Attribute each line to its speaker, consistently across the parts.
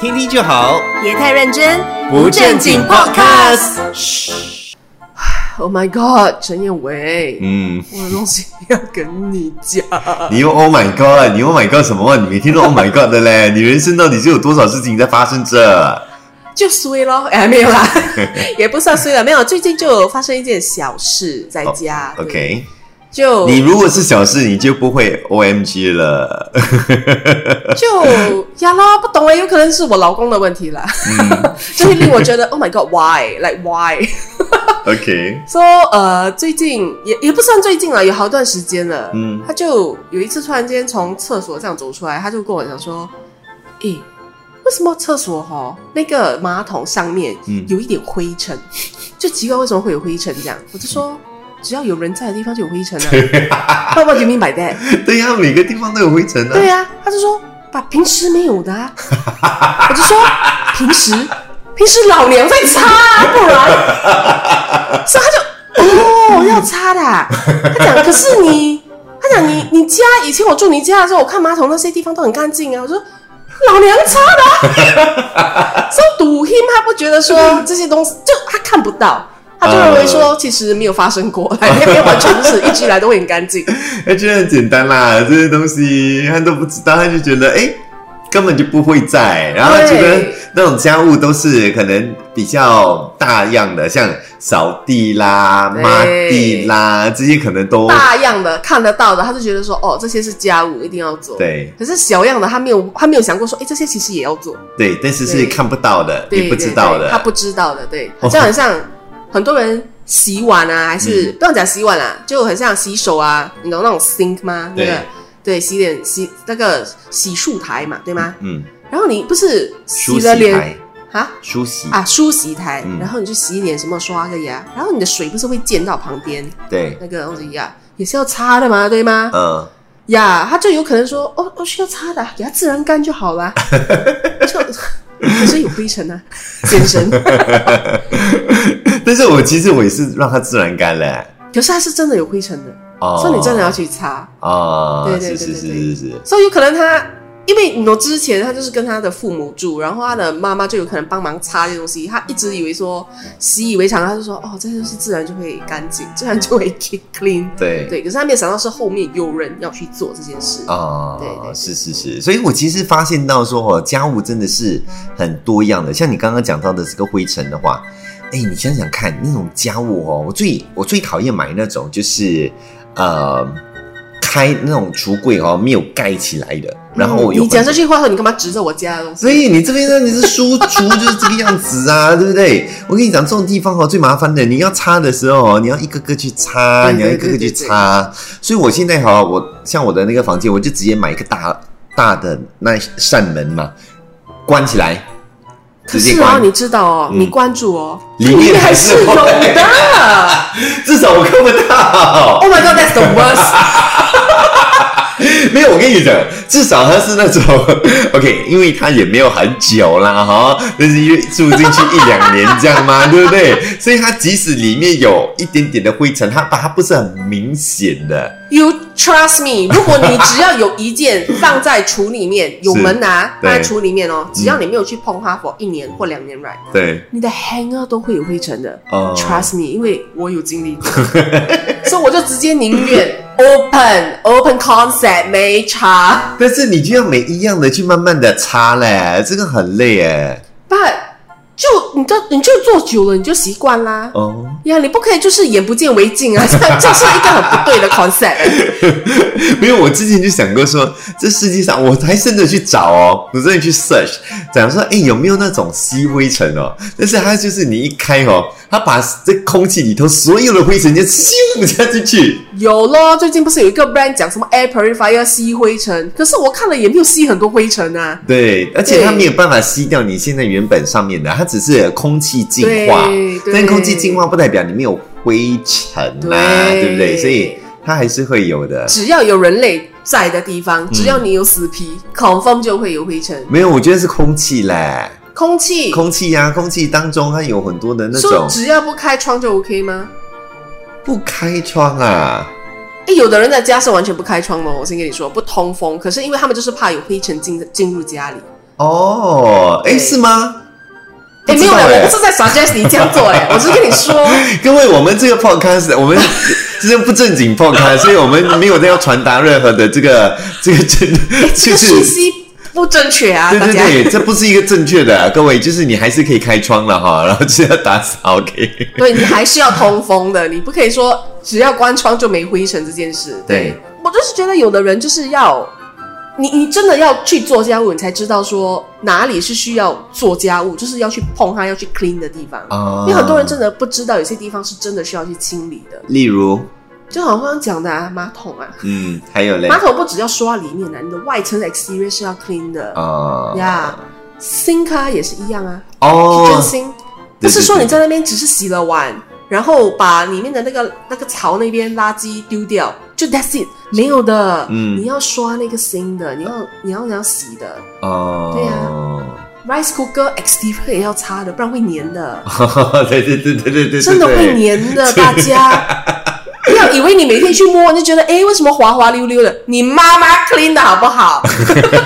Speaker 1: 听听就好，
Speaker 2: 别太认真，
Speaker 1: 不正经 podcast。
Speaker 2: Oh my god，陈彦维，
Speaker 1: 嗯，
Speaker 2: 我有东西要跟你讲。
Speaker 1: 你用 Oh my God，你用 Oh my God 什么啊？你每天都 Oh my God 的嘞， 你人生到底是有多少事情在发生着？
Speaker 2: 就衰咯，哎，没 有啦，也不算衰了，没有。最近就有发生一件小事，在家。对
Speaker 1: 哦 OK，
Speaker 2: 就
Speaker 1: 你如果是小事，你就不会 OMG 了。
Speaker 2: 就呀啦，不懂哎，有可能是我老公的问题 啦，
Speaker 1: 嗯
Speaker 2: 就会令我觉得 Oh my God，why，like why？
Speaker 1: OK，
Speaker 2: 说、呃，最近也也不算最近啊了，有好一段时间了。
Speaker 1: 嗯
Speaker 2: 他就有一次突然间从厕所这样走出来，他就跟我讲说：“诶、为什么厕所哈、那个马桶上面
Speaker 1: 嗯
Speaker 2: 有一点灰尘？ 就奇怪为什么会有灰尘这样？”我就说：“只要有人在的地方就有灰尘 啊。” What what do you mean by that？
Speaker 1: 对呀、每个地方都有灰尘啊。
Speaker 2: 对啊，他就说把平时没有的、啊， 我就说平时平时老娘在擦、啊，不然，所以他就哦要擦的啊、他讲可是你，他讲你你家以前我住你家的时候，我看马桶那些地方都很干净啊，我说。老娘擦的、啊，所以赌 him 他不觉得说这些东西，就他看不到，他就认为说其实没有发生过，那边完全不是，一直以来都会很干净。
Speaker 1: 他觉得哎很简单啦，这些东西他都不知道，他就觉得哎、诶根本就不会在，然后他觉得
Speaker 2: 对
Speaker 1: 那种家务都是可能比较大样的，像扫地啦、
Speaker 2: 对
Speaker 1: 抹地啦这些可能都
Speaker 2: 大样的看得到的，他就觉得说，哦，这些是家务，一定要做。。
Speaker 1: 对
Speaker 2: 可是小样的，他没有，他没有想过说，哎，这些其实也要做，
Speaker 1: 对，但是是
Speaker 2: 对
Speaker 1: 看不到的，
Speaker 2: 对
Speaker 1: 也不知道
Speaker 2: 对
Speaker 1: 的，
Speaker 2: 对他不知道的，对
Speaker 1: 哦。
Speaker 2: 就很像很多人洗碗啊，还是、
Speaker 1: 嗯
Speaker 2: 不要讲洗碗啦、就很像洗手啊，你懂那种 sink 吗？那
Speaker 1: 对
Speaker 2: 个对，洗脸洗那个洗漱台嘛，对吗？
Speaker 1: 嗯，
Speaker 2: 然后你不是洗
Speaker 1: 梳
Speaker 2: 了
Speaker 1: 洗
Speaker 2: 脸
Speaker 1: 台，
Speaker 2: 啊
Speaker 1: 梳洗，
Speaker 2: 啊梳洗台，
Speaker 1: 嗯
Speaker 2: 然后你去洗脸什么刷个牙，然后你的水不是会溅到旁边
Speaker 1: 对，
Speaker 2: 那个东西呀，也是要擦的嘛，对吗？
Speaker 1: 嗯，
Speaker 2: 呀他就有可能说，哦哦，需要擦的，给它自然干就 好啦。就可是有灰尘啊，先生。
Speaker 1: 但是我其实我也是让它自然干嘞，
Speaker 2: 可是它是真的有灰尘的，
Speaker 1: 哦，
Speaker 2: 所以你真的要去擦。
Speaker 1: 哦，
Speaker 2: 对
Speaker 1: 是
Speaker 2: 对
Speaker 1: 是
Speaker 2: 对
Speaker 1: 是
Speaker 2: 对
Speaker 1: 是
Speaker 2: 对
Speaker 1: 是，
Speaker 2: 所以有可能他，因为我之前他就是跟他的父母住，然后他的妈妈就有可能帮忙擦这些东西，他一直以为说习以为常，他就说哦，这些东西自然就会干净，自然就会 clean。
Speaker 1: 对
Speaker 2: 对，可是他没有想到是后面有人要去做这件事。
Speaker 1: 哦，
Speaker 2: 对对对嗯
Speaker 1: 是是是，所以我其实发现到说哦，家务真的是很多样的。像你刚刚讲到的这个灰尘的话，哎，你想想看，那种家务哦，我最我最讨厌买那种就是呃开那种橱柜哦没有盖起来的，然后
Speaker 2: 嗯
Speaker 1: 有
Speaker 2: 你
Speaker 1: 很
Speaker 2: 讲
Speaker 1: 多
Speaker 2: 这句话的时候，你干嘛指着我家的东西？
Speaker 1: 所以你这边呢，你是输出就是这个样子 啊，对不对？我跟你讲，这种地方哦最麻烦的，你要擦的时候哦，你要一个个去擦，
Speaker 2: 对对
Speaker 1: 你要一个个去擦。所以我现在哈，我像我的那个房间，我就直接买一个大大的那扇门嘛，关起来，
Speaker 2: 可
Speaker 1: 直接
Speaker 2: 是哦，
Speaker 1: 关。
Speaker 2: 你知道哦，
Speaker 1: 嗯
Speaker 2: 你关注哦，
Speaker 1: 里面还
Speaker 2: 还
Speaker 1: 是
Speaker 2: 是有
Speaker 1: 有
Speaker 2: 的。
Speaker 1: 至少我看不到。
Speaker 2: Oh my god, that's the worst！
Speaker 1: 没有，我跟你讲，至少它是那种 OK，因为它也没有很久啦，哈，就是因为住进去一两年这样嘛， 对不对？所以它即使里面有一点点的灰尘，它把它不是很明显的，
Speaker 2: You trust me？如果你只要有一件放在橱里面，有门拿
Speaker 1: 对嗯
Speaker 2: 放在橱里面哦，只要你没有去碰它 for 一年或两年 right，
Speaker 1: 对，
Speaker 2: 你的 hanger 都会有灰尘的。
Speaker 1: 哦
Speaker 2: Trust me，因为我有 经历过，所以我就直接宁愿 open open concept 没差。
Speaker 1: 但是你就要每一样的去慢慢的擦嘞，这个很累哎，
Speaker 2: 但就你就你就做久了，你就习惯啦。
Speaker 1: 哦。
Speaker 2: 呀，你不可以就是眼不见为净啊！这 这是一个很不对的 concept。
Speaker 1: 没有，我之前就想过说，这世界上我还真的去找哦，我真的去 search，讲说，哎，有没有那种吸灰尘哦？但是它就是你一开哦，它把这空气里头所有的灰尘就咻加进去，
Speaker 2: 有咯，最近不是有一个 brand 讲什么 air purifier 吸灰尘，可是我看了也没有吸很多灰尘啊。
Speaker 1: 对，而且它
Speaker 2: 对
Speaker 1: 没有办法吸掉你现在原本上面的，它只是空气净化
Speaker 2: 对，对
Speaker 1: 但空气净化不代表你没有灰尘呐、
Speaker 2: 对
Speaker 1: 对不对？所以它还是会有的。
Speaker 2: 只要有人类在的地方，只
Speaker 1: 嗯
Speaker 2: 要你有死皮、c o n f i r m 就会有灰尘。
Speaker 1: 没有，我觉得是空气嘞，
Speaker 2: 空气，
Speaker 1: 空气呀、空气当中它有很多的那
Speaker 2: 说
Speaker 1: 种
Speaker 2: 只要不开窗就 OK 吗？
Speaker 1: 不开窗啊。
Speaker 2: 诶，有的人在家是完全不开窗的哦，我先跟你说不通风，可是因为他们就是怕有灰尘进进入家里。
Speaker 1: 哦，哎，哎，是吗？
Speaker 2: 哎、没
Speaker 1: 不知
Speaker 2: 有
Speaker 1: 道
Speaker 2: 了，
Speaker 1: 哎
Speaker 2: 我不是在 suggest 你这样做哎、 我是跟你说，哎
Speaker 1: 各位，我们这个 podcast，我们 这是不正经 podcast，所以我们没有在要传达任何的这个这个正，
Speaker 2: 这
Speaker 1: 就
Speaker 2: 个讯
Speaker 1: 是。
Speaker 2: 息不正确啊，
Speaker 1: 对
Speaker 2: 大
Speaker 1: 对
Speaker 2: 家。
Speaker 1: 对，这不是一个正确的、啊，各位，就是你还是可以开窗了哈，然后就要打扫，OK？
Speaker 2: 对你还是要通风的，你不可以说只要关窗就没灰尘这件事。
Speaker 1: 对，
Speaker 2: 我就是觉得有的人就是要，你你真的要去做家务，你才知道说哪里是需要做家务，就是要去碰它、要去 clean 的地方。
Speaker 1: 啊
Speaker 2: 因为很多人真的不知道，有些地方是真的需要去清理的，
Speaker 1: 例如，
Speaker 2: 就好像刚刚讲的、啊、马桶啊，
Speaker 1: 嗯，还有嘞，
Speaker 2: 马桶不只要刷里面的、啊你的外层 exterior 是要 clean 的
Speaker 1: 啊，
Speaker 2: 呀。sink 啊也是一样啊，
Speaker 1: 哦
Speaker 2: 真，心，不
Speaker 1: 对
Speaker 2: 是
Speaker 1: 对
Speaker 2: 说
Speaker 1: 对
Speaker 2: 你在那边只是洗了碗，然后把里面的那个那个槽那边垃圾丢掉，就 that's it，没有的。
Speaker 1: 嗯
Speaker 2: 你要刷那个新的，你要你要你要洗的对
Speaker 1: 哦，
Speaker 2: ，rice cooker exterior 也要擦的，不然会粘的，
Speaker 1: 对对对对对对 对，
Speaker 2: 真的会粘的，大家。不要以为你每天去摸，你就觉得哎，诶为什么滑滑溜溜的？你妈妈 clean 的好 不好？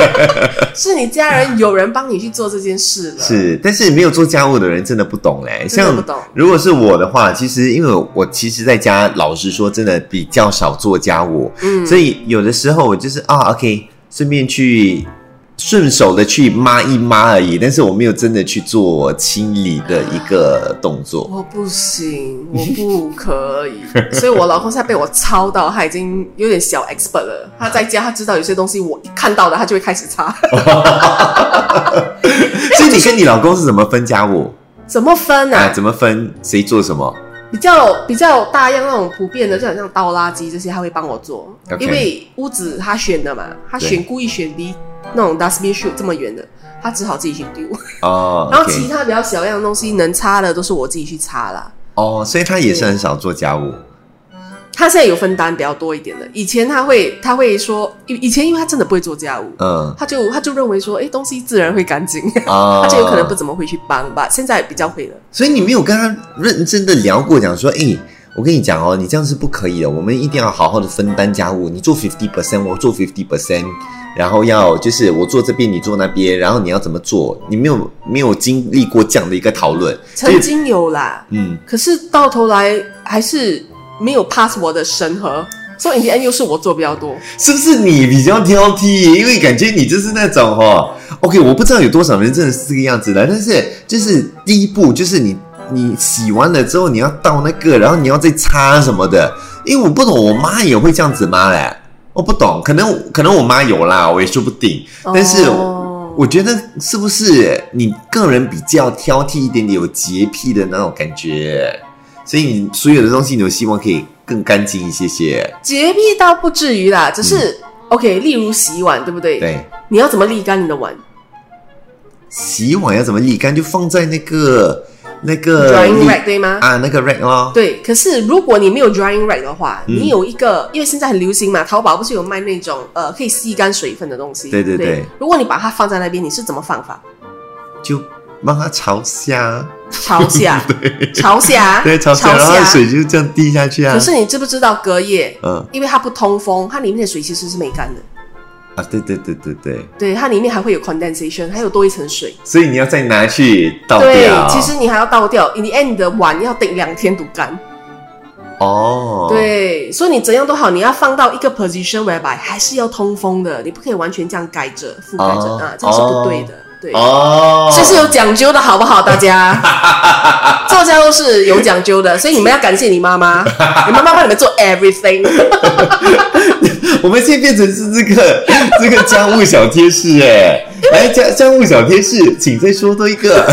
Speaker 2: 是你家人有人帮你去做这件事了，
Speaker 1: 是，但是没有做家务的人真的不懂嘞。
Speaker 2: 真的
Speaker 1: 像
Speaker 2: 不懂
Speaker 1: 如果是我的话，其实因为我我其实在家，老实说，真的比较少做家务，
Speaker 2: 嗯
Speaker 1: 所以有的时候我就是啊，OK，顺便去顺手的去抹一抹而已，但是我没有真的去做清理的一个动作。
Speaker 2: 我不 行，我不可以，所以我老公现在被我操到，他已经有点小 expert 了。他在家，他知道有些东西我一看到的，他就会开始擦。
Speaker 1: 所以你跟你老公是怎么分家 务
Speaker 2: 怎么分
Speaker 1: 啊？
Speaker 2: 啊？
Speaker 1: 怎么分？谁做什么？
Speaker 2: 比较比较大样那种普遍的，就好像倒垃圾这些，他会帮我做
Speaker 1: OK
Speaker 2: 因为屋子他选的嘛，他
Speaker 1: 对
Speaker 2: 选故意选离那种 dustbin chute 这么远的，他只好自己去丢。
Speaker 1: 哦
Speaker 2: 然后
Speaker 1: ，OK
Speaker 2: 其他比较小样的东西能擦的，都是我自己去擦啦。
Speaker 1: 哦，所以他也是很少做家务。
Speaker 2: 他现在有分担比较多一点的，以前他会他会说，以以前因为他真的不会做家务，
Speaker 1: 嗯
Speaker 2: 他就他就认为说，哎，东西自然会干净，
Speaker 1: 啊，
Speaker 2: 他就有可能不怎么会去帮吧。现在比较会了，
Speaker 1: 所以你没有跟他认真的聊过，讲说，哎、我跟你讲哦，你这样是不可以的，我们一定要好好的分担家务，你做 fifty percent，我做 fifty percent，然后要就是我做这边，你做那边，然后你要怎么做？你没有没有经历过这样的一个讨论，
Speaker 2: 曾经有啦，
Speaker 1: 嗯，
Speaker 2: 可是到头来还是没有 pass 我的审核，所以 in the end 又是我做比较多。
Speaker 1: 是不是你比较挑剔？因为感觉你就是那种哦，OK，我不知道有多少人真的是这个样子的，但是就是第一步就是你你洗完了之后，你要倒那个，然后你要再擦什么的。因为我不懂，我妈也会这样子抹嘞，我不懂，可能可能我妈有啦，我也说不定。但是
Speaker 2: 哦
Speaker 1: 我觉得是不是你个人比较挑剔一点点，有洁癖的那种感觉，所以你所有的东西你都希望可以更干净一些些。
Speaker 2: 洁癖倒不至于啦，只是、OK，例如洗碗，对不对？
Speaker 1: 嗯对，
Speaker 2: 你要怎么沥干你的碗？
Speaker 1: 洗碗要怎么沥干，就放在那个那个
Speaker 2: Drying
Speaker 1: 沥
Speaker 2: rack，对吗
Speaker 1: 啊，那个 rack 咯。
Speaker 2: 对，可是如果你没有 drying rack 的话，
Speaker 1: 嗯
Speaker 2: 你有一个，因为现在很流行嘛，淘宝不是有卖那种呃可以吸干水分的东西？
Speaker 1: 对对
Speaker 2: 不
Speaker 1: 对
Speaker 2: 如果你把它放在那边，你是怎么 放法？
Speaker 1: 就让它朝下，
Speaker 2: 朝下，朝下，
Speaker 1: 对，朝下，然后水就这样滴下去啊。
Speaker 2: 可是你知不知道隔夜，
Speaker 1: 嗯
Speaker 2: 因为它不通风，它里面的水其实是没干的，
Speaker 1: 啊，对对对对对，
Speaker 2: 对，它里面还会有 condensation，还有多一层水。
Speaker 1: 所以你要再拿去倒
Speaker 2: 对
Speaker 1: 掉。，
Speaker 2: 其实你还要倒掉，in the end 你的碗要顶两天都干。
Speaker 1: 哦，，
Speaker 2: 对，所以你怎样都好，你要放到一个 position whereby 还是要通风的，你不可以完全这样盖着、覆盖着、
Speaker 1: 哦
Speaker 2: 啊，这样是不对的。对，
Speaker 1: 哦，
Speaker 2: 这是有讲究的，好不好？大家 做家务是有讲究的，所以你们要感谢你 妈妈，你妈妈帮你们做 everything。
Speaker 1: 我们现在变成是这个 这个家务小贴士哎，来家家务小贴士，请再说多一个。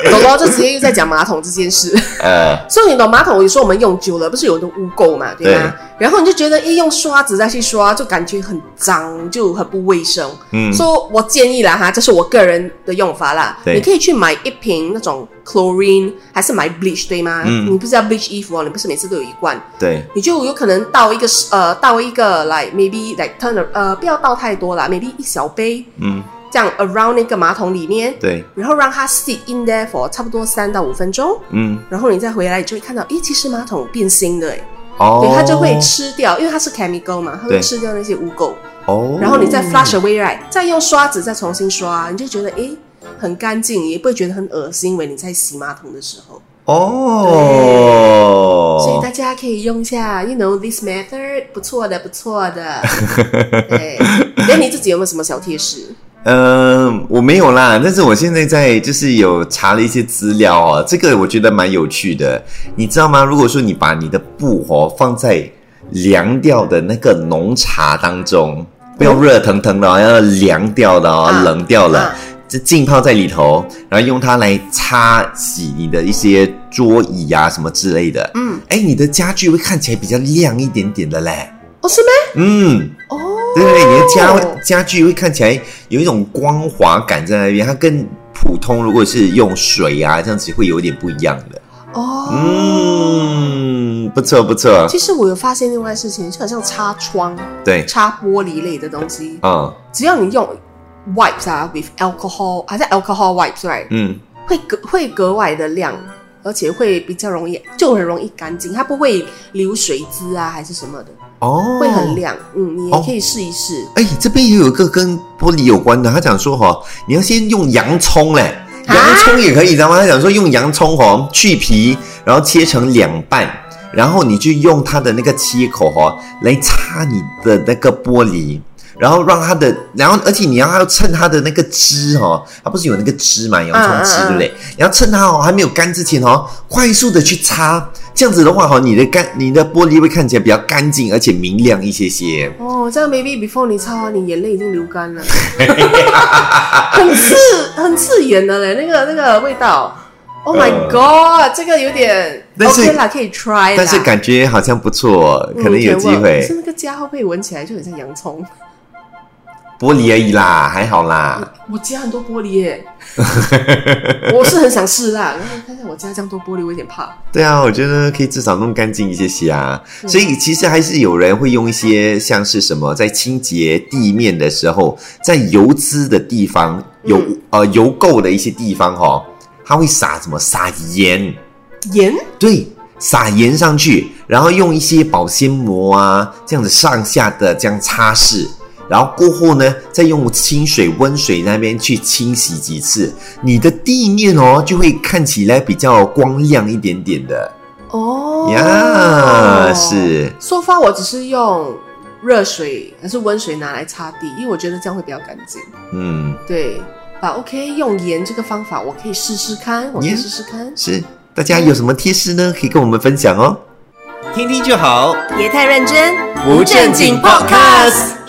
Speaker 2: 狗狗就直接又在讲马桶这件事，
Speaker 1: 呃，
Speaker 2: 所以你懂马桶，有时候我们用久了，不是有很多污垢嘛，对吗？然后你就觉得一用刷子再去刷，就感觉很脏，就很不卫生。
Speaker 1: 嗯
Speaker 2: 所以我建议啦哈，这是我个人的用法啦。
Speaker 1: 对
Speaker 2: 你可以去买一瓶那种 chlorine，还是买 bleach 对吗？
Speaker 1: 嗯
Speaker 2: 你不是要 bleach 衣服哦，你不是每次都有一罐，
Speaker 1: 对，
Speaker 2: 你就有可能倒一个呃，倒一个来 maybe like turn a- 呃，不要倒太多啦，maybe 一小杯
Speaker 1: 嗯，
Speaker 2: 这样 around 那个马桶里面，
Speaker 1: 对，
Speaker 2: 然后让它 sit in there for 差不多三到五分钟。
Speaker 1: 嗯，
Speaker 2: 然后你再回来，你就会看到，诶，其实马桶变新的，诶，
Speaker 1: 哦，
Speaker 2: 对，它就会吃掉，因为它是 chemical 嘛，它会
Speaker 1: 对
Speaker 2: 吃掉那些污垢。
Speaker 1: 哦，
Speaker 2: 然后你再 flush away right，再用刷子再重新刷，你就觉得，诶，很干净，也不会觉得很恶心，因为你在洗马桶的时候。所以
Speaker 1: 哦
Speaker 2: 大，家可以用一下，you know this method，不错的，不错 的。对，那你自己有没有什么小贴士？
Speaker 1: 嗯，我没有啦，但是我现在在就是有查了一些资料哦，这个我觉得蛮有趣的，你知道吗？如果说你把你的布哦放在凉掉的那个浓茶当中，不要热腾腾的哦，要凉掉的哦，
Speaker 2: 啊
Speaker 1: 冷掉了。
Speaker 2: 啊
Speaker 1: 这浸泡在里头，然后用它来擦洗你的一些桌椅啊什么之类的。
Speaker 2: 嗯，
Speaker 1: 哎，你的家具会看起来比较亮一点点的嘞。
Speaker 2: 哦，是吗？
Speaker 1: 嗯，
Speaker 2: 哦，
Speaker 1: 对对对，你的家家具会看起来有一种光滑感在那边，它跟普通如果是用水啊这样子会有点不一样的。
Speaker 2: 哦，
Speaker 1: 嗯，不错不错，
Speaker 2: 其实我有发现另外事情，就好像擦窗、
Speaker 1: 对，
Speaker 2: 擦玻璃类的东西，
Speaker 1: 嗯
Speaker 2: 只要你用 wipes 啊，with alcohol，还是 alcohol wipes，right，、
Speaker 1: 嗯，
Speaker 2: 会格会格外的亮，而且会比较容易，就很容易干净，它不会流水渍啊，还是什么的，
Speaker 1: 哦，
Speaker 2: 会很亮。嗯，你
Speaker 1: 哦
Speaker 2: 也可以试一试。
Speaker 1: 哎，这边也有一个跟玻璃有关的，他讲说哈，你要先用洋葱嘞，
Speaker 2: 啊
Speaker 1: 洋葱也可以，知道吗？他讲说用洋葱哦，去皮，然后切成两半，然后你就用它的那个切口哦来擦你的那个玻璃。然后让它的，然后而且你要要趁它的那个汁哦，它不是有那个汁嘛，洋葱汁
Speaker 2: 嗯嗯嗯
Speaker 1: 对不对？你要趁它哦还没有干之前哦，快速的去擦，这样子的话哈、哦，你的干你的玻璃会看起来比较干净，而且明亮一些些。
Speaker 2: 哦，这样 maybe before 你擦完，你眼泪已经流干 了，很刺很刺眼的嘞，那个那个味道。Oh my
Speaker 1: 呃
Speaker 2: god，、这个有点
Speaker 1: 但是
Speaker 2: OK 啦，可以 try 啦。
Speaker 1: 但是感觉好像不错，可能有机
Speaker 2: 哎嗯
Speaker 1: 会
Speaker 2: 可。 是那个家会不会闻起来就很像洋葱？
Speaker 1: 玻璃而已啦，还好啦。
Speaker 2: 我家很多玻璃 耶，我是很想试啦，但是我家这样多玻璃，我有点怕。
Speaker 1: 对啊，我觉得可以至少弄干净一些些啊。
Speaker 2: 嗯
Speaker 1: 所以其实还是有人会用一些像是什么，在清洁地面的时候，在油渍的地方有、
Speaker 2: 嗯
Speaker 1: 呃油垢的一些地方哦，它会撒什么撒盐，
Speaker 2: 盐
Speaker 1: 对，撒盐上去，然后用一些保鲜膜啊，这样子上下的这样擦拭，然后过后呢，再用清水、温水那边去清洗几次，你的地面哦就会看起来比较光亮一点点的
Speaker 2: 哦
Speaker 1: 呀是
Speaker 2: 说发我只是用热水还是温水拿来擦地，因为我觉得这样会比较干净。
Speaker 1: 嗯，
Speaker 2: 对，把 OK 用盐这个方法，我可以试试看，我可以
Speaker 1: 盐
Speaker 2: 试试看。
Speaker 1: 是。大家有什么贴士呢？可以跟我们分享哦，听听就好，
Speaker 2: 别太认真，
Speaker 1: 不正经 podcast。